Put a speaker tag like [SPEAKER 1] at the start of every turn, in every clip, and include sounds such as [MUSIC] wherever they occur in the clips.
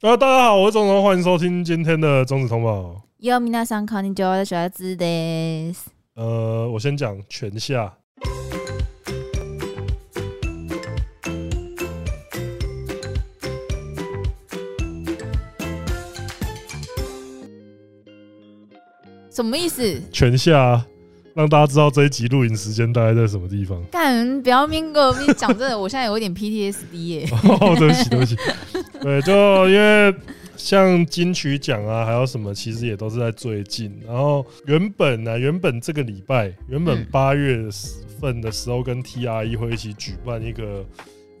[SPEAKER 1] 呃，大家好，我是钟总，欢迎收听今天的中子通报。
[SPEAKER 2] よ皆さんこんにちは、小学子です。
[SPEAKER 1] 呃，我先讲全夏，
[SPEAKER 2] 什么意思？
[SPEAKER 1] 全夏让大家知道这一集录影时间大概在什么地方。 [LAUGHS]
[SPEAKER 2] 干，不要面给我面讲真的，我现在有一点 PTSD 耶、 [LAUGHS]
[SPEAKER 1] 哦，对不起，对不起。对，就因为像金曲奖啊，还有什么，其实也都是在最近。然后原本呢、原本这个礼拜，原本
[SPEAKER 2] 嗯
[SPEAKER 1] 八月份的时候，跟 TRE 会一起举办一个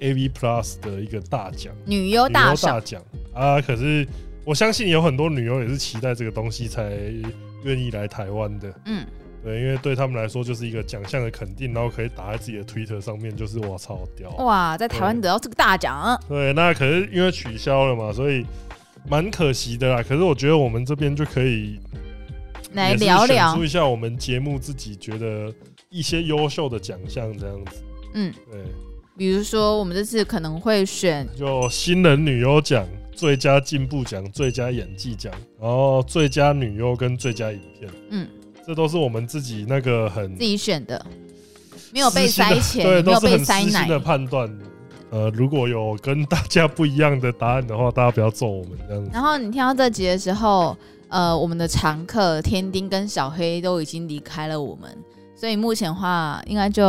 [SPEAKER 1] AV Plus 的一个大奖。
[SPEAKER 2] 女优
[SPEAKER 1] 女
[SPEAKER 2] 哦大
[SPEAKER 1] 优
[SPEAKER 2] 赏
[SPEAKER 1] 大，奖啊！可是我相信有很多女优也是期待这个东西才愿意来台湾的，
[SPEAKER 2] 嗯，
[SPEAKER 1] 对，因为对他们来说就是一个奖项的肯定，然后可以打在自己的 Twitter 上面，就是我操屌。
[SPEAKER 2] 哇，在台湾得到这个大奖，
[SPEAKER 1] 对，那可是因为取消了嘛，所以蛮可惜的啦。可是我觉得我们这边就可以
[SPEAKER 2] 来
[SPEAKER 1] 也是
[SPEAKER 2] 聊聊
[SPEAKER 1] 选出，一下我们节目自己觉得一些优秀的奖项这样子。
[SPEAKER 2] 嗯，
[SPEAKER 1] 对，
[SPEAKER 2] 比如说我们这次可能会选，
[SPEAKER 1] 就新人女优奖。最佳进步奖、最佳演技奖，然后最佳女优跟最佳影片。
[SPEAKER 2] 嗯，
[SPEAKER 1] 这都是我们自己那个很
[SPEAKER 2] 自己选的，没有被
[SPEAKER 1] 私心的
[SPEAKER 2] 塞钱，
[SPEAKER 1] 对，
[SPEAKER 2] 也没
[SPEAKER 1] 都
[SPEAKER 2] 有
[SPEAKER 1] 是
[SPEAKER 2] 被
[SPEAKER 1] 很
[SPEAKER 2] 塞
[SPEAKER 1] 私心
[SPEAKER 2] 奶，
[SPEAKER 1] 的判断。呃，如果有跟大家不一样的答案的话，大家不要揍我们这样子。
[SPEAKER 2] 然后你听到这集的时候，呃，我们的常客天丁跟小黑都已经离开了我们，所以目前的话，应该就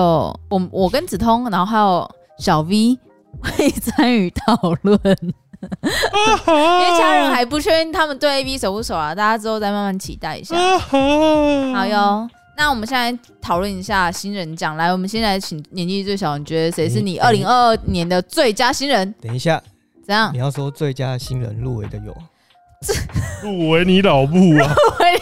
[SPEAKER 2] 我我跟子通，然后还有小 V [LAUGHS] 会参与讨论，因为家人还不确定他们对 A V 熟不熟啊，大家之后再慢慢期待一下。
[SPEAKER 1] 啊哈
[SPEAKER 2] 好，哟。那我们现在讨论一下新人奖，来，我们先来请年纪最小，你觉得谁是你二
[SPEAKER 3] 你
[SPEAKER 2] 零二二年的最佳新人？
[SPEAKER 3] 等一下，
[SPEAKER 2] 怎样
[SPEAKER 3] [LAUGHS] 你？要说最佳新人入围的有，
[SPEAKER 1] 入围你老母
[SPEAKER 2] [LAUGHS]
[SPEAKER 1] 啊，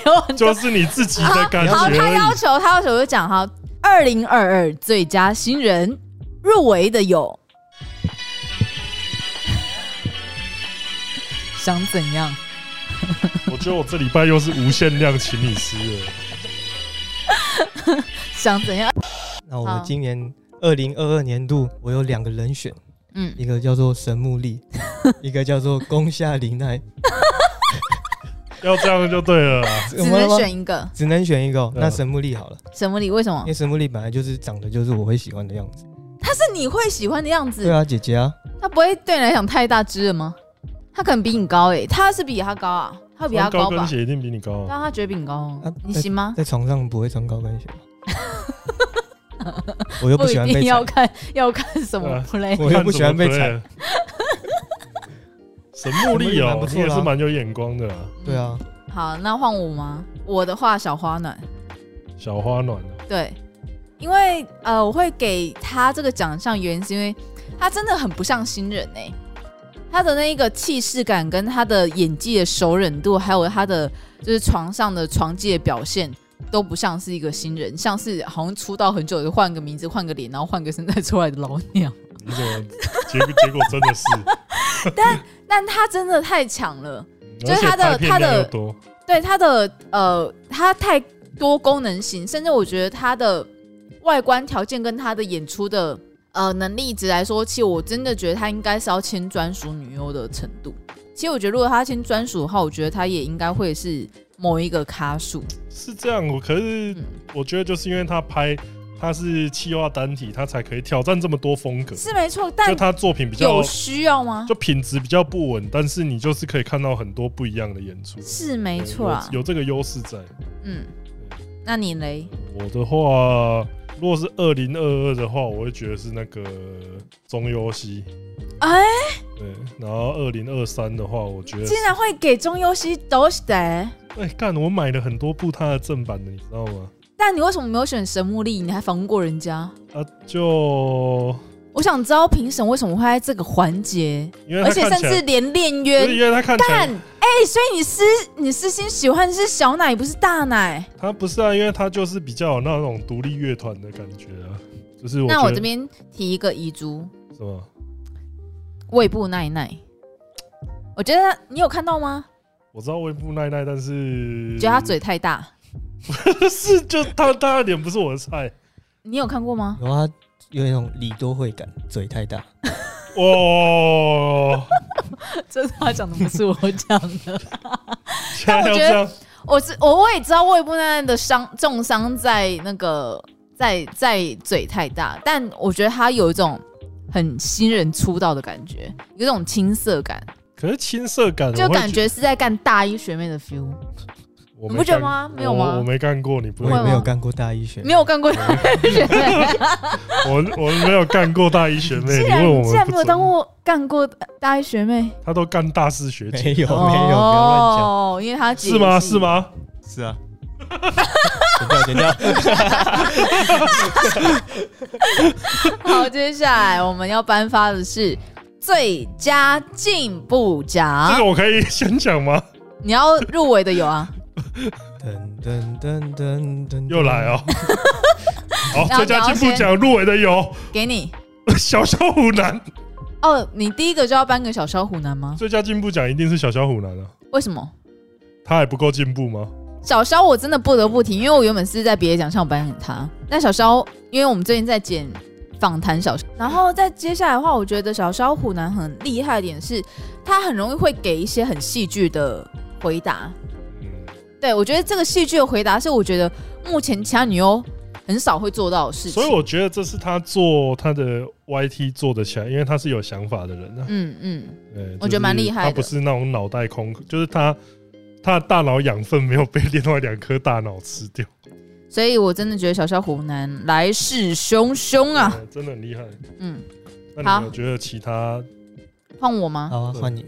[SPEAKER 2] 有很
[SPEAKER 1] 就
[SPEAKER 2] 多
[SPEAKER 1] 是你自己的感觉
[SPEAKER 2] 好，他
[SPEAKER 1] 而
[SPEAKER 2] 要
[SPEAKER 1] 已。
[SPEAKER 2] 求他要求就讲哈，二零二二最佳新人入围的有，想怎样？
[SPEAKER 1] 我觉得我这礼拜又是无限量请你吃了。
[SPEAKER 2] 想怎样？
[SPEAKER 3] 那我
[SPEAKER 2] 好
[SPEAKER 3] 们今年二零二二年度我有两个人选，
[SPEAKER 2] 嗯，
[SPEAKER 3] 一个叫做神木
[SPEAKER 2] [LAUGHS]
[SPEAKER 3] 利，一个叫做宫下玲奈，
[SPEAKER 1] 要这样就对了啦。
[SPEAKER 2] [LAUGHS] 只能选一个。
[SPEAKER 3] 只能选一个哦、
[SPEAKER 1] 对啊
[SPEAKER 3] 那神木利好了，
[SPEAKER 2] 什么？你为什么
[SPEAKER 3] 因为？神木利本来就是长得就是我会喜欢的样子。
[SPEAKER 2] 他是你会喜欢的样
[SPEAKER 3] 对
[SPEAKER 2] 子，
[SPEAKER 3] 啊，姐姐啊，
[SPEAKER 2] 他不会对你来讲太大只了吗？他可能比你高诶、他是比他高啊，他比他
[SPEAKER 1] 穿
[SPEAKER 2] 高
[SPEAKER 1] 高
[SPEAKER 2] 吧
[SPEAKER 1] 跟？鞋一定比你高啊。
[SPEAKER 2] 但他觉得比你高哦、
[SPEAKER 3] 啊
[SPEAKER 2] 你行吗？
[SPEAKER 3] 在床上不会穿高跟
[SPEAKER 2] [LAUGHS]
[SPEAKER 3] 鞋吗我又不
[SPEAKER 2] 不
[SPEAKER 3] 喜欢
[SPEAKER 2] 一
[SPEAKER 3] 被
[SPEAKER 2] 定要
[SPEAKER 3] 踩，
[SPEAKER 2] 看要看什么
[SPEAKER 1] 对啊
[SPEAKER 2] play。
[SPEAKER 3] 我又不喜欢被
[SPEAKER 1] 看
[SPEAKER 3] 踩。
[SPEAKER 1] 怎么 play [LAUGHS] 神木力
[SPEAKER 3] 神木力蛮
[SPEAKER 1] 哦
[SPEAKER 3] 不，
[SPEAKER 1] 你
[SPEAKER 3] 错的啊
[SPEAKER 1] 也是蛮有眼光的啦。
[SPEAKER 3] 对啊，
[SPEAKER 2] 好，那换我吗？我的话，小花暖。
[SPEAKER 1] 小花暖啊，
[SPEAKER 2] 对，因为呃，我会给他这个奖项，原因是因为他真的很不像新人哎、他的那一个气势感、跟他的演技的熟忍度，还有他的就是床上的床技的表现，都不像是一个新人，像是好像出道很久就换个名字、换个脸，然后换个身材出来的老鸟。
[SPEAKER 1] 你怎么结结果真的是？
[SPEAKER 2] 但他真的太强了， [LAUGHS] 就是
[SPEAKER 1] 而且
[SPEAKER 2] 他的
[SPEAKER 1] 拍片
[SPEAKER 2] 他的
[SPEAKER 1] 量又多，
[SPEAKER 2] 对他的呃，他太多功能型，甚至我觉得他的外观条件跟他的演出的呃能力值来说，其实我真的觉得他应该是要签专属女优的程度。其实我觉得如果他签专属的话，我觉得他也应该会是某一个咖数。
[SPEAKER 1] 是这样。我可是
[SPEAKER 2] 嗯
[SPEAKER 1] 我觉得就是因为他拍他是气化单体，他才可以挑战这么多风格。
[SPEAKER 2] 是没错，
[SPEAKER 1] 就
[SPEAKER 2] 但
[SPEAKER 1] 他作品比较
[SPEAKER 2] 有需要吗？
[SPEAKER 1] 就品质比较不稳，但是你就是可以看到很多不一样的演出。
[SPEAKER 2] 是没
[SPEAKER 1] 对
[SPEAKER 2] 错啊，
[SPEAKER 1] 有有这个优势在。
[SPEAKER 2] 嗯，那你嘞，
[SPEAKER 1] 我的话，如果是二零二二的话，我会觉得是那个中优西。
[SPEAKER 2] 哎
[SPEAKER 1] 对，然后二零二三的话，我觉得是
[SPEAKER 2] 竟然会给中优西都是的，
[SPEAKER 1] 哎干、我买了很多部他的正版的，你知道吗？
[SPEAKER 2] 但你为什么没有选神木力？你还访问过人家？
[SPEAKER 1] 啊，就
[SPEAKER 2] 我想知道评审为什么会在这个环节，
[SPEAKER 1] 因为
[SPEAKER 2] 而
[SPEAKER 1] 他
[SPEAKER 2] 且
[SPEAKER 1] 看
[SPEAKER 2] 甚
[SPEAKER 1] 起来
[SPEAKER 2] 至，连恋
[SPEAKER 1] 不是
[SPEAKER 2] 约
[SPEAKER 1] 因为他看起
[SPEAKER 2] 干
[SPEAKER 1] 来，
[SPEAKER 2] 哎、所以你私你私心喜欢的是小奶，不是大奶。
[SPEAKER 1] 他不是啊，因为他就是比较有那种独立乐团的感觉啊，就是我
[SPEAKER 2] 那
[SPEAKER 1] 觉
[SPEAKER 2] 我
[SPEAKER 1] 得
[SPEAKER 2] 这边提一个遗珠，
[SPEAKER 1] 什么
[SPEAKER 2] 胃部奈奈，我觉得你有看到吗？
[SPEAKER 1] 我知道胃部奈奈，但是
[SPEAKER 2] 觉得他
[SPEAKER 1] [LAUGHS]
[SPEAKER 2] 嘴太大，
[SPEAKER 1] 是就他他的脸不是我的菜，
[SPEAKER 2] 你有看过 [LAUGHS] 吗？
[SPEAKER 3] 有啊，有一种礼多会感，嘴太大。
[SPEAKER 1] 哦
[SPEAKER 2] [LAUGHS]
[SPEAKER 1] 哇，
[SPEAKER 2] 这话讲的不是我讲的。
[SPEAKER 1] 现在要
[SPEAKER 2] 我觉
[SPEAKER 1] 这
[SPEAKER 2] 得
[SPEAKER 1] 样，
[SPEAKER 2] [LAUGHS] 我知我我也知道胃部那的伤重伤在那个在在嘴太大，但我觉得他有一种很新人出道的感觉，有一种青涩感，
[SPEAKER 1] 可是青涩感我
[SPEAKER 2] 就
[SPEAKER 1] 会
[SPEAKER 2] 感觉是在干大一学妹的 feel。
[SPEAKER 1] 我
[SPEAKER 2] 你
[SPEAKER 1] 没
[SPEAKER 2] 不觉得
[SPEAKER 1] 干
[SPEAKER 2] 吗没有
[SPEAKER 1] 我
[SPEAKER 2] 吗
[SPEAKER 1] 我没干过，你不
[SPEAKER 3] 我
[SPEAKER 1] 会
[SPEAKER 2] 会
[SPEAKER 3] 也
[SPEAKER 2] 吗
[SPEAKER 3] 没有干过大医学，
[SPEAKER 2] 没有干过 [LAUGHS] 大一学妹，
[SPEAKER 1] [LAUGHS] 我我没有干过大一学妹，
[SPEAKER 2] 既
[SPEAKER 1] 你
[SPEAKER 2] 然
[SPEAKER 1] 问我们
[SPEAKER 2] 既然没
[SPEAKER 1] 不
[SPEAKER 2] 有
[SPEAKER 1] 准
[SPEAKER 2] 当，过干过大一学妹，
[SPEAKER 1] 他都干大四学
[SPEAKER 3] 没
[SPEAKER 1] 姐，
[SPEAKER 3] 有没有，不要乱讲，
[SPEAKER 2] 哦，因为她姐
[SPEAKER 1] 是吗？
[SPEAKER 2] 姐
[SPEAKER 1] 是？吗？
[SPEAKER 3] 是啊，剪掉剪掉，
[SPEAKER 2] 好，接下来我们要颁发的是最佳进步
[SPEAKER 1] 这个
[SPEAKER 2] 奖，
[SPEAKER 1] 我可以 [LAUGHS] 先讲吗？
[SPEAKER 2] 你要入围的有啊，
[SPEAKER 3] 噔噔噔噔噔，
[SPEAKER 1] 又来
[SPEAKER 2] [LAUGHS]
[SPEAKER 1] 哦。好，
[SPEAKER 2] 那
[SPEAKER 1] 最佳进步奖入围的有
[SPEAKER 2] 给你。
[SPEAKER 1] 小小虎男，
[SPEAKER 2] 哦，你第一个就要颁给小小虎男吗？
[SPEAKER 1] 最佳进步奖一定是小小虎男啊，
[SPEAKER 2] 为什么？
[SPEAKER 1] 他还不够进步吗？
[SPEAKER 2] 小肖我真的不得不提，因为我原本是在别的奖项颁给他，但小肖因为我们最近在剪访谈小肖，然后再接下来的话，我觉得小肖虎男很厉害的点是，他很容易会给一些很戏剧的回答。
[SPEAKER 1] 嗯，
[SPEAKER 2] 对我觉得这个戏剧的回答是我觉得目前其他女优很少会做到的事情。
[SPEAKER 1] 所以我觉得这是他做他的 YT 做得起来，因为他是有想法的人啊。
[SPEAKER 2] 嗯嗯，
[SPEAKER 1] 对
[SPEAKER 2] 我觉得蛮厉害的
[SPEAKER 1] 就是他不是那种脑袋空，就是他他的大脑养分没有被另外两颗大脑吃掉
[SPEAKER 2] 所以我真的觉得小肖虎男来势汹汹啊！
[SPEAKER 1] 对真的很厉害。
[SPEAKER 2] 嗯，
[SPEAKER 1] 那
[SPEAKER 2] 好
[SPEAKER 1] 你有觉得其他
[SPEAKER 2] 嗯换我吗？
[SPEAKER 3] 好啊，换你，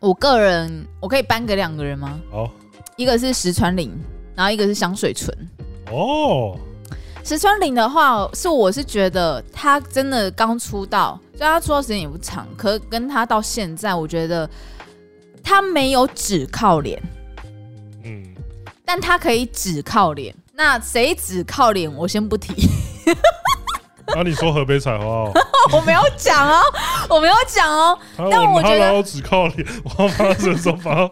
[SPEAKER 2] 我个人我可以颁给两个人吗？
[SPEAKER 1] 好
[SPEAKER 2] 一个是石川绫，然后一个是香水纯。
[SPEAKER 1] 哦？
[SPEAKER 2] 石川绫的话，是我是觉得她真的刚出道，虽然她出道时间也不长，可跟她到现在，我觉得她没有只靠脸，
[SPEAKER 1] 嗯，
[SPEAKER 2] 但她可以只靠脸。那谁只靠脸，我先不提，
[SPEAKER 1] 然后啊你说河北采花哦，
[SPEAKER 2] 我没有讲哦，我没有讲哦。
[SPEAKER 1] 他
[SPEAKER 2] [LAUGHS] 但我觉
[SPEAKER 1] 他
[SPEAKER 2] 得
[SPEAKER 1] 然后只靠脸，我发什么时候
[SPEAKER 2] [LAUGHS]
[SPEAKER 1] 发？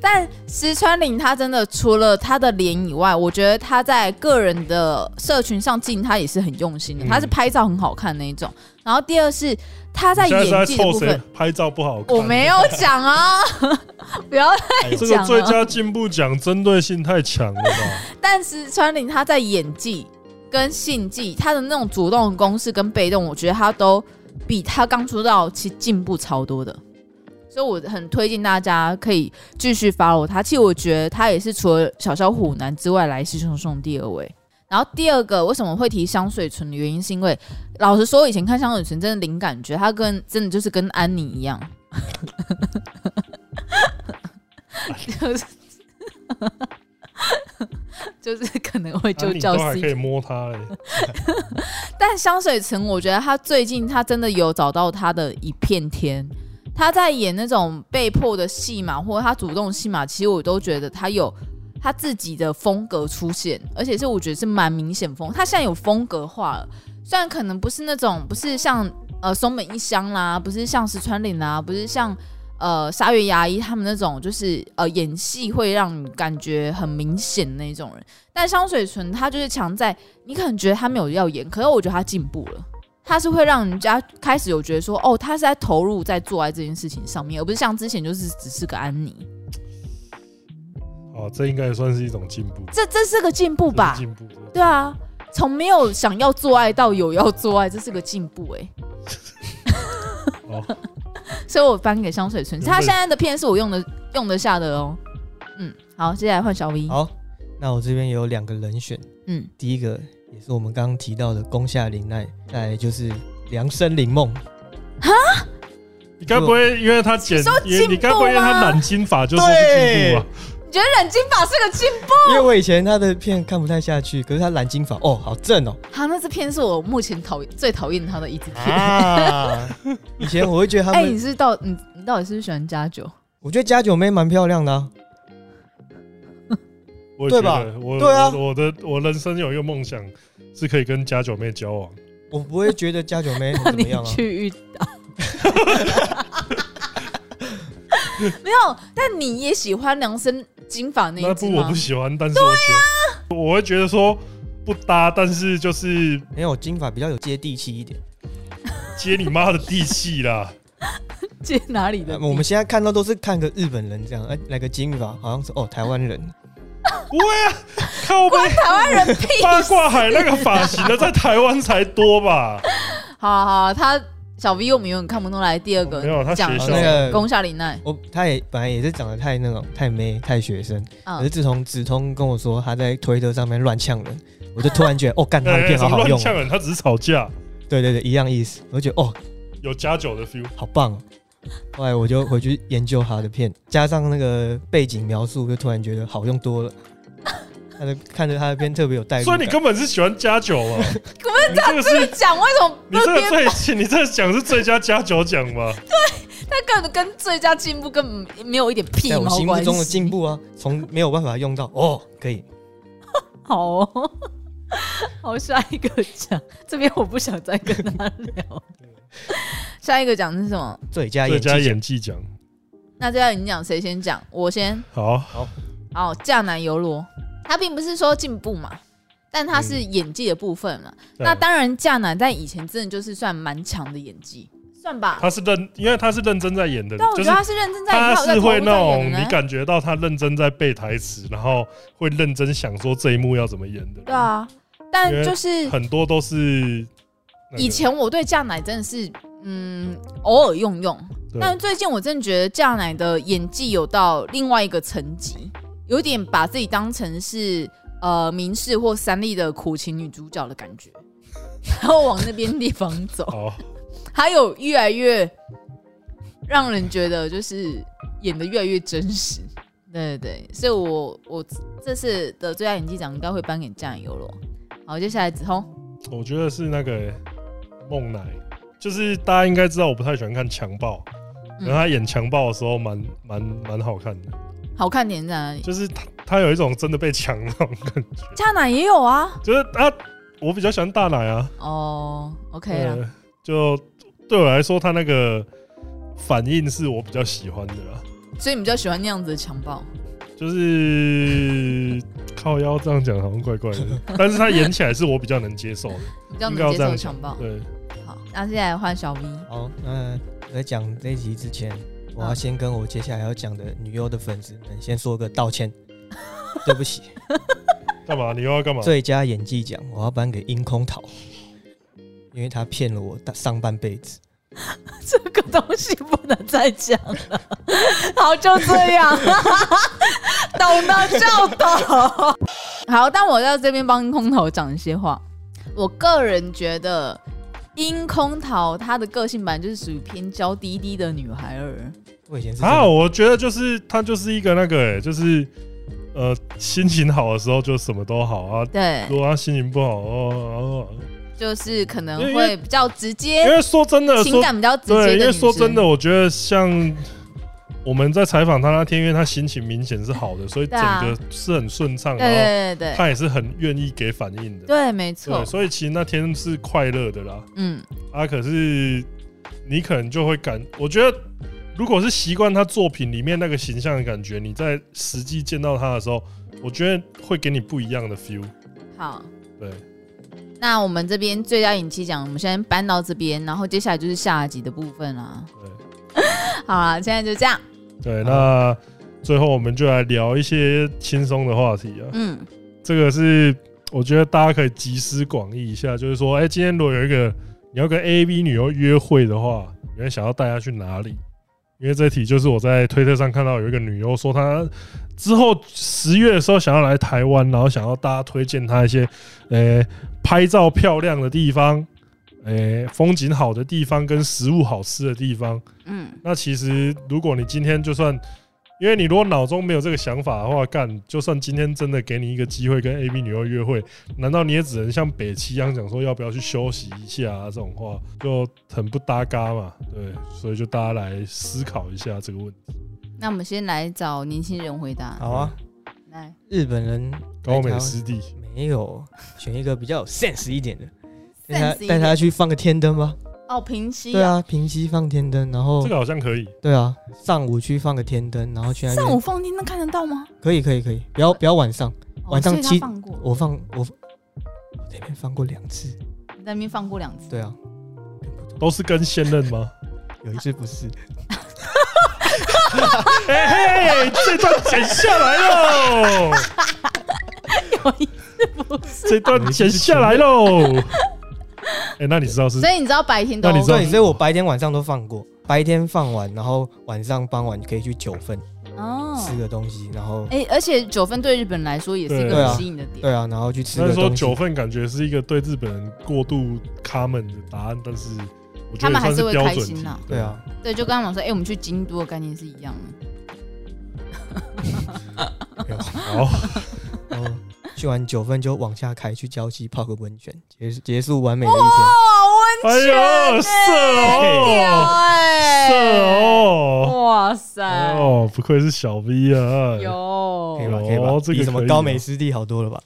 [SPEAKER 2] 但石川绫她真的除了她的脸以外，我觉得她在个人的社群上进，她也是很用心的，
[SPEAKER 1] 嗯
[SPEAKER 2] 她是拍照很好看那一种。然后第二是她在
[SPEAKER 1] 你现在是
[SPEAKER 2] 演
[SPEAKER 1] 在
[SPEAKER 2] 技的
[SPEAKER 1] 凑
[SPEAKER 2] 部
[SPEAKER 1] 谁
[SPEAKER 2] 分，
[SPEAKER 1] 拍照不好看？
[SPEAKER 2] 我没有讲啊， [LAUGHS] 不要再
[SPEAKER 1] 这个
[SPEAKER 2] 讲啊
[SPEAKER 1] 最
[SPEAKER 2] 了。
[SPEAKER 1] 佳进步奖针对性太强了吧？
[SPEAKER 2] 但石川绫她在演技跟性技，她的那种主动的攻势跟被动，我觉得她都比她刚出道其实进步超多的。所以我很推荐大家可以继续 follow 她。其实我觉得她也是除了小小虎男之外，来势汹汹第二位。然后第二个为什么会提香水唇的原因，是因为老实说，以前看香水唇真的零感觉，她跟真的就是跟安
[SPEAKER 1] [LAUGHS]
[SPEAKER 2] 妮一样，就是。 [LAUGHS] 就是可能会
[SPEAKER 1] 啊
[SPEAKER 2] [LAUGHS] 就
[SPEAKER 1] 你
[SPEAKER 2] 叫
[SPEAKER 1] 都还
[SPEAKER 2] C
[SPEAKER 1] 可以摸欸它嘞，
[SPEAKER 2] 但香水城，我觉得他最近他真的有找到他的一片天。他在演那种被迫的戏码，或者他主动戏码，其实我都觉得他有他自己的风格出现，而且是我觉得是蛮明显风。他现在有风格化了，虽然可能不是那种不是像呃松本一香啦，不是像石川绫啦，不是像呃沙月牙医他们那种，就是呃演戏会让你感觉很明显的那种人。但香水唇它就是强在你可能觉得他没有要演，可是我觉得他进步了，他是会让人家开始有觉得说，哦，他是在投入在做在这件事情上面，而不是像之前就是只是个安妮。
[SPEAKER 1] 哦，这应该也算是一种进步
[SPEAKER 2] 这这是个进步
[SPEAKER 1] 这是
[SPEAKER 2] 吧？
[SPEAKER 1] 进步。
[SPEAKER 2] 对啊，从没有想要做爱到有要做爱，这是个进步哎、
[SPEAKER 1] 哦，
[SPEAKER 2] [LAUGHS] 所以我颁给香水唇，他现在的片是我用的用得下的哦。嗯，好，接下来换小 V。
[SPEAKER 3] 好，那我这边有两个人选，
[SPEAKER 2] 嗯，
[SPEAKER 3] 第一个也是我们刚刚提到的宫下玲奈，再来就是梁生林梦，
[SPEAKER 1] 你该不会因为他剪，
[SPEAKER 2] 你说
[SPEAKER 1] 你你该不会因为他染金发就说是进步啊？
[SPEAKER 2] 你觉得冷金发是个进步？
[SPEAKER 3] 因为我以前他的片看不太下去，可是他染金发哦，好正哦。
[SPEAKER 2] 他那支片是我目前讨最讨厌他的一支片。哎、
[SPEAKER 3] 啊！ [LAUGHS] 以前我会觉得他们，
[SPEAKER 2] 你是到你你到底是不是喜欢加九？
[SPEAKER 3] 我觉得加九妹蛮漂亮的、啊，
[SPEAKER 1] 我也觉
[SPEAKER 3] 对吧
[SPEAKER 1] 得我
[SPEAKER 3] 对啊
[SPEAKER 1] 我我的我人生有一个梦想是可以跟家九妹交往，
[SPEAKER 3] 我不会觉得加九妹很
[SPEAKER 2] 那 [LAUGHS]
[SPEAKER 3] [LAUGHS] 怎么
[SPEAKER 2] 你
[SPEAKER 3] 样啊。
[SPEAKER 2] 去遇到。 [LAUGHS] 没有，但你也喜欢梁生金发那
[SPEAKER 1] 那
[SPEAKER 2] 一只
[SPEAKER 1] 部我
[SPEAKER 2] 吗
[SPEAKER 1] 不？喜欢，但是我喜欢，我会觉得说不搭，但是就是
[SPEAKER 3] 没有金发比较有接地气一点，
[SPEAKER 1] 接你妈的地气啦！
[SPEAKER 2] 借哪里的
[SPEAKER 3] 啊
[SPEAKER 2] 地？
[SPEAKER 3] [LAUGHS] 我们现在看到都是看个日本人这样，哎、来个金发，好像是哦台湾人，
[SPEAKER 1] 靠背
[SPEAKER 2] 台湾
[SPEAKER 3] [LAUGHS]
[SPEAKER 2] 人屁
[SPEAKER 1] 八卦海那个发型的在台湾才多吧？
[SPEAKER 2] 好啊好啊，他小 V 我们永远看不懂来第二个
[SPEAKER 1] 没有他
[SPEAKER 2] 讲
[SPEAKER 1] 学校
[SPEAKER 3] 那个
[SPEAKER 2] 宫下林奈，
[SPEAKER 3] 我他也本来也是长得太那种太妹太学生，可是
[SPEAKER 2] 嗯，
[SPEAKER 3] 自从直通跟我说他在推特上面乱呛人，我就突然觉得哦
[SPEAKER 1] [LAUGHS]
[SPEAKER 3] 干他的
[SPEAKER 1] 哎
[SPEAKER 3] 片
[SPEAKER 1] 什
[SPEAKER 3] 好
[SPEAKER 1] 么
[SPEAKER 3] 好
[SPEAKER 1] 乱
[SPEAKER 3] 用、
[SPEAKER 1] 呛
[SPEAKER 3] 哦，
[SPEAKER 1] 人？他只是吵架，
[SPEAKER 3] 对对对，一样意思，我就觉得哦
[SPEAKER 1] 有加酒的 feel。
[SPEAKER 3] 好棒、哦。后来我就回去研究他的片，加上那个背景描述，就突然觉得好用多了。他的看着他的片特别有代入
[SPEAKER 1] 所
[SPEAKER 3] 感，
[SPEAKER 1] 以你根本是喜欢加酒嘛？你这个
[SPEAKER 2] 这个
[SPEAKER 1] 是
[SPEAKER 2] 奖为什么
[SPEAKER 1] 你这
[SPEAKER 2] 那
[SPEAKER 1] 个
[SPEAKER 2] 边
[SPEAKER 1] 最 [LAUGHS] 你这个奖是最佳加酒奖吧？
[SPEAKER 2] 他根本跟最佳进步根本没有一点屁
[SPEAKER 3] 哎在我
[SPEAKER 2] 毛
[SPEAKER 3] 心目
[SPEAKER 2] 关
[SPEAKER 3] 中的
[SPEAKER 2] 系。
[SPEAKER 3] 进步啊，从没有办法用到哦，可以。
[SPEAKER 2] 好、 [LAUGHS] 哦，好，下一个奖，这边我不想再跟他聊。下一个奖是什么？
[SPEAKER 3] 最佳
[SPEAKER 1] 最
[SPEAKER 3] 演
[SPEAKER 1] 佳
[SPEAKER 3] 技奖
[SPEAKER 1] 演技奖。
[SPEAKER 2] 那这要你讲谁先讲？我先。
[SPEAKER 1] 好，
[SPEAKER 2] 哦，《嫁男游罗》，他并不是说进步嘛，但他是演技的部分嘛。那
[SPEAKER 1] 对
[SPEAKER 2] 当然，嫁男在以前真的就是算蛮强的演技，算吧。
[SPEAKER 1] 他是认，因为他是认真在演的
[SPEAKER 2] 但，我
[SPEAKER 1] 就
[SPEAKER 2] 觉
[SPEAKER 1] 是
[SPEAKER 2] 得他是认真在，
[SPEAKER 1] 他
[SPEAKER 2] 有在
[SPEAKER 1] 是
[SPEAKER 2] 投
[SPEAKER 1] 会
[SPEAKER 2] 入
[SPEAKER 1] 那
[SPEAKER 2] 在
[SPEAKER 1] 种
[SPEAKER 2] 演的
[SPEAKER 1] 你
[SPEAKER 2] 呢。
[SPEAKER 1] 感觉到他认真在背台词，然后会认真想说这一幕要怎么演的。
[SPEAKER 2] 对，啊，但
[SPEAKER 1] 因为
[SPEAKER 2] 就是
[SPEAKER 1] 很多都是那个
[SPEAKER 2] 以前我对酱奶真的是，嗯，偶尔用用，
[SPEAKER 1] 对
[SPEAKER 2] 但最近我真的觉得酱奶的演技有到另外一个层级，有点把自己当成是呃明世或三立的苦情女主角的感觉，然后往那边地方
[SPEAKER 1] [LAUGHS]
[SPEAKER 2] 走，
[SPEAKER 1] 好，
[SPEAKER 2] 还有越来越让人觉得就是演的越来越真实。对对对，所以我我这次的最佳演技奖应该会颁给酱油了。好，接下来子通，
[SPEAKER 1] 我觉得是那个梦奶，就是大家应该知道，我不太喜欢看强暴，
[SPEAKER 2] 嗯
[SPEAKER 1] 然后他演强暴的时候蛮蛮蛮好看的，
[SPEAKER 2] 好看点在哪里？
[SPEAKER 1] 就是他他有一种真的被强那种感觉，
[SPEAKER 2] 恰奶也有啊。
[SPEAKER 1] 就是他我比较喜欢大奶啊，
[SPEAKER 2] 哦，OK 了，
[SPEAKER 1] 呃，就对我来说，他那个反应是我比较喜欢的啊啦。
[SPEAKER 2] 所以你比较喜欢那样子的强暴。
[SPEAKER 1] 就是靠腰这样讲好像怪怪 [LAUGHS] 的，但是他演起来是我比较能接受的。
[SPEAKER 2] 比较
[SPEAKER 1] 应该要
[SPEAKER 2] 能接
[SPEAKER 1] 这
[SPEAKER 2] 受
[SPEAKER 1] 样
[SPEAKER 2] 强暴，
[SPEAKER 1] 对，
[SPEAKER 2] 好，那现在换小 V， [LAUGHS]
[SPEAKER 3] 好，那我在讲这一集之前，我要先跟我接下来要讲的女优的粉丝们先说个
[SPEAKER 1] [LAUGHS]
[SPEAKER 3] 道歉，对不起。
[SPEAKER 1] 干嘛？你又要干嘛？
[SPEAKER 3] 最佳演技奖我要颁给樱空桃，因为她骗了我大上半辈子。
[SPEAKER 2] 这个东西不能再讲了， [LAUGHS] 好，就这样， [LAUGHS] 懂的就懂。 [LAUGHS] 好，但我在这边帮空头讲一些话。我个人觉得，樱空桃她的个性本来就是属于偏娇滴滴的女孩儿，
[SPEAKER 3] 我以前是真的
[SPEAKER 1] 啊，我觉得就是他就是一个那个、欸，就是呃，心情好的时候就什么都好啊。
[SPEAKER 2] 对，
[SPEAKER 1] 如果他心情不好哦，哦
[SPEAKER 2] 就是可能
[SPEAKER 1] 因为
[SPEAKER 2] 会比较直
[SPEAKER 1] 因
[SPEAKER 2] 接，
[SPEAKER 1] 为说真的，
[SPEAKER 2] 情
[SPEAKER 1] 说
[SPEAKER 2] 感比较直接的
[SPEAKER 1] 对，因为
[SPEAKER 2] 女
[SPEAKER 1] 说真
[SPEAKER 2] 生
[SPEAKER 1] 的，我觉得像我们在采访他那天，因为他心情明显是好的，所以
[SPEAKER 2] 对
[SPEAKER 1] 整
[SPEAKER 2] 啊
[SPEAKER 1] 个是很顺畅，然后
[SPEAKER 2] 对对对对
[SPEAKER 1] 他也是很愿意给反应的。
[SPEAKER 2] 对，没错
[SPEAKER 1] 对，，所以其实那天是快乐的啦。
[SPEAKER 2] 嗯，
[SPEAKER 1] 啊，可是你可能就会感，我觉得如果是习惯他作品里面那个形象的感觉，你在实际见到他的时候，我觉得会给你不一样的 feel。
[SPEAKER 2] 好。
[SPEAKER 1] 对，
[SPEAKER 2] 那我们这边最佳影期奖，我们先搬到这边，然后接下来就是下集的部分啦。好啦，现在就这样。
[SPEAKER 1] 对对，
[SPEAKER 2] 嗯
[SPEAKER 3] 好
[SPEAKER 1] 那最后我们就来聊一些轻松的话题啊。
[SPEAKER 2] 嗯，
[SPEAKER 1] 这个是我觉得大家可以集思广益一下，就是说，哎、今天如果有一个你要跟 A B 女优约会的话，你会想要带她去哪里？因为这题就是我在推特上看到有一个女优说，她之后十月的时候想要来台湾，然后想要大家推荐她一些，呃、拍照漂亮的地方，呃、风景好的地方跟食物好吃的地方。
[SPEAKER 2] 嗯，
[SPEAKER 1] 那其实如果你今天就算，因为你如果脑中没有这个想法的话，干，就算今天真的给你一个机会跟 A B 女优约会，难道你也只能像北七一样讲说要不要去休息一下、啊、这种话，就很不搭嘎嘛？对，所以就大家来思考一下这个问题。
[SPEAKER 2] 那我们先来找年轻人回答。
[SPEAKER 3] 好啊，
[SPEAKER 2] 来，
[SPEAKER 3] 日本人
[SPEAKER 1] 高美湿地，
[SPEAKER 3] 没有选一个比较有 sense 一点的，带
[SPEAKER 2] sense 一
[SPEAKER 3] 他
[SPEAKER 2] 点
[SPEAKER 3] 带他去放个天灯吧。
[SPEAKER 2] 哦，平息、
[SPEAKER 3] 对，啊，平息放天灯，然后
[SPEAKER 1] 这个好像可以。
[SPEAKER 3] 对啊，上午去放个天灯，然后去那
[SPEAKER 2] 上午
[SPEAKER 3] 边
[SPEAKER 2] 放电那看得到吗？
[SPEAKER 3] 可以可以可以，不要不要晚上，
[SPEAKER 2] 哦
[SPEAKER 3] 晚上
[SPEAKER 2] 所以他
[SPEAKER 3] 七
[SPEAKER 2] 放过，
[SPEAKER 3] 我放我我这边放过两次，
[SPEAKER 2] 你在那边放过两次。
[SPEAKER 3] 对啊，
[SPEAKER 1] 都是跟现任吗？
[SPEAKER 3] 有一次不是，
[SPEAKER 1] [LAUGHS] 哎嘿，这段剪下来喽，
[SPEAKER 2] 有意思不是？
[SPEAKER 1] 这段剪下来
[SPEAKER 2] [LAUGHS]
[SPEAKER 1] 喽。哎，那你知道是
[SPEAKER 2] 所以你知道白天都
[SPEAKER 1] 那你知道
[SPEAKER 3] 对，所以我白天晚上都放过，白天放完，然后晚上傍晚可以去九份
[SPEAKER 2] 哦，
[SPEAKER 3] 吃个东西，然后
[SPEAKER 2] 哎、而且九份对日本来说也是一
[SPEAKER 1] 对
[SPEAKER 2] 个
[SPEAKER 3] 啊
[SPEAKER 2] 很吸引的点。
[SPEAKER 3] 对啊，然后去吃
[SPEAKER 1] 虽然
[SPEAKER 3] 个
[SPEAKER 1] 说
[SPEAKER 3] 东西
[SPEAKER 1] 九。份感觉是一个对日本人过度 common 的答案，但是我觉得
[SPEAKER 2] 他
[SPEAKER 1] 也
[SPEAKER 2] 们还
[SPEAKER 1] 算
[SPEAKER 2] 是会
[SPEAKER 1] 标
[SPEAKER 2] 开
[SPEAKER 1] 准
[SPEAKER 2] 心
[SPEAKER 1] 题
[SPEAKER 2] 呐。
[SPEAKER 1] [LAUGHS]
[SPEAKER 3] 对，啊，
[SPEAKER 2] 对，就跟他们讲说，哎、我们去京都的概念是一样的。
[SPEAKER 1] 好，
[SPEAKER 3] [LAUGHS] 然后去完九份就往下开，去礁溪泡个温泉，结结束完美的一天。
[SPEAKER 2] 哦，
[SPEAKER 1] 哎呦，色
[SPEAKER 2] 欸
[SPEAKER 1] 哦，
[SPEAKER 2] 哎
[SPEAKER 1] 色哦，
[SPEAKER 2] 哇塞，
[SPEAKER 1] 哦，不愧是小 V 啊，
[SPEAKER 2] 哎有
[SPEAKER 3] 可以吧？可以吧
[SPEAKER 1] 哦？这个
[SPEAKER 3] 比
[SPEAKER 1] 可
[SPEAKER 3] 什么
[SPEAKER 1] 以
[SPEAKER 3] 高
[SPEAKER 1] 哦
[SPEAKER 3] 美湿地好多了吧？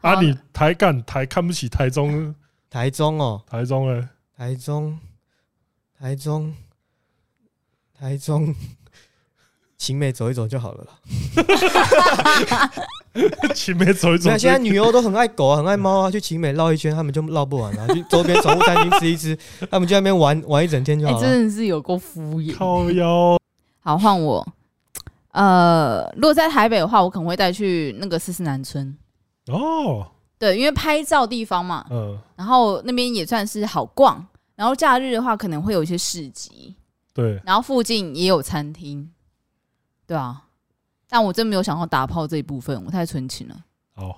[SPEAKER 1] 啊，你台干台看不起台中，
[SPEAKER 3] 台中哦，
[SPEAKER 1] 台中哎， [LAUGHS]
[SPEAKER 3] 台中，台中，台中，晴美走一走就好了啦。
[SPEAKER 1] 青梅走一走
[SPEAKER 3] 那，现在女优都很爱狗啊，很爱猫啊，去晴美绕一圈，他们就绕不完了、去周边宠物餐厅吃一吃，他们就在那边玩玩一整天就
[SPEAKER 2] 哎、
[SPEAKER 3] 好了。
[SPEAKER 2] 真的是有够敷衍。
[SPEAKER 1] 靠腰，
[SPEAKER 2] 好，换我。呃，如果在台北的话，我可能会带去那个四四南村，
[SPEAKER 1] 哦，
[SPEAKER 2] 对，因为拍照地方嘛，
[SPEAKER 1] 嗯，
[SPEAKER 2] 然后那边也算是好逛。然后假日的话，可能会有一些市集，
[SPEAKER 1] 对，
[SPEAKER 2] 然后附近也有餐厅，对啊。但我真没有想到打炮这一部分，我太纯情了。
[SPEAKER 1] 好。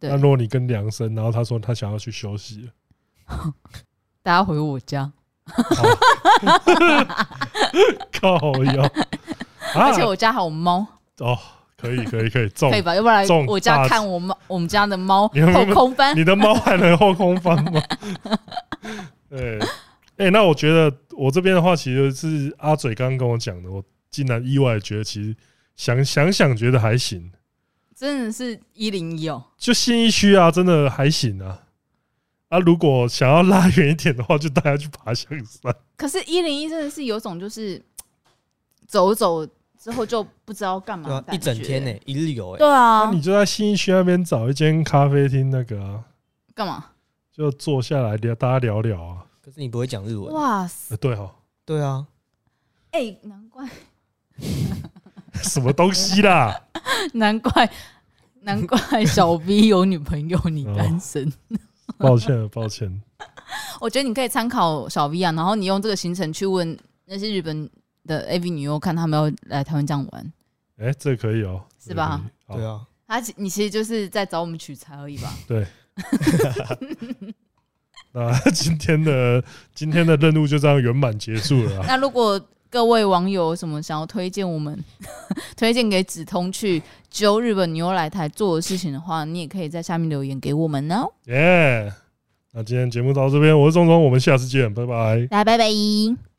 [SPEAKER 2] 对
[SPEAKER 1] 那，如果你跟梁生，然后他说他想要去休息
[SPEAKER 2] [LAUGHS]
[SPEAKER 1] 了，
[SPEAKER 2] 大家回我家，
[SPEAKER 1] [LAUGHS] 靠腰，啊
[SPEAKER 2] 而且我家还有猫，
[SPEAKER 1] 哦，可以可以可以中
[SPEAKER 2] 可，以吧？要不然
[SPEAKER 1] 中
[SPEAKER 2] 我家
[SPEAKER 1] 大
[SPEAKER 2] 看我们我们家的猫
[SPEAKER 1] 你有没有
[SPEAKER 2] 后空 [LAUGHS] 翻，
[SPEAKER 1] 你的猫还能后空翻吗？ [LAUGHS] 对，哎、那我觉得我这边的话，其实是阿嘴刚刚跟我讲的，我竟然意外地觉得，其实想想想觉得还行，
[SPEAKER 2] 真的是一零一哦。
[SPEAKER 1] 就新一区啊，真的还行啊。啊，如果想要拉远一点的话，就带他去爬象山。
[SPEAKER 2] 可是，一零一真的是有种就是走走之后就不知道干嘛的
[SPEAKER 3] 对啊，
[SPEAKER 2] 感觉、
[SPEAKER 3] 一整天呢、一日游哎、
[SPEAKER 2] 对
[SPEAKER 1] 那、
[SPEAKER 2] 啊，
[SPEAKER 1] 你就在新一区那边找一间咖啡厅，那个啊，
[SPEAKER 2] 干嘛？
[SPEAKER 1] 就坐下来聊，大家聊聊啊。
[SPEAKER 3] 可是你不会讲日文。
[SPEAKER 2] 哇塞！
[SPEAKER 1] 呃、对哦，
[SPEAKER 3] 对啊，
[SPEAKER 2] 哎、难怪，
[SPEAKER 1] 什么东西啦？
[SPEAKER 2] [LAUGHS] 难怪，难怪小 V 有女朋友，你
[SPEAKER 1] 哦
[SPEAKER 2] 单身。
[SPEAKER 3] [LAUGHS]
[SPEAKER 1] 抱歉了，抱歉。
[SPEAKER 2] 我觉得你可以参考小 V 啊，然后你用这个行程去问那些日本的 AV 女优，看他们要来台湾这样玩。
[SPEAKER 1] 哎、这可以哦、
[SPEAKER 2] 是吧
[SPEAKER 1] 这可以？好
[SPEAKER 3] 对啊，
[SPEAKER 2] 他其你其实就是在找我们取材而已吧？
[SPEAKER 1] 那今天的今天的任务就这样圆满结束 [LAUGHS] 了啊、
[SPEAKER 2] 那如果各位网友有什么想要推荐我们 [LAUGHS] 推荐给子通去揪日本牛来台做的事情的话，你也可以在下面留言给我们哦。
[SPEAKER 1] 耶！那今天节目到这边，我是钟钟，我们下次见，拜拜。
[SPEAKER 2] 大家拜拜。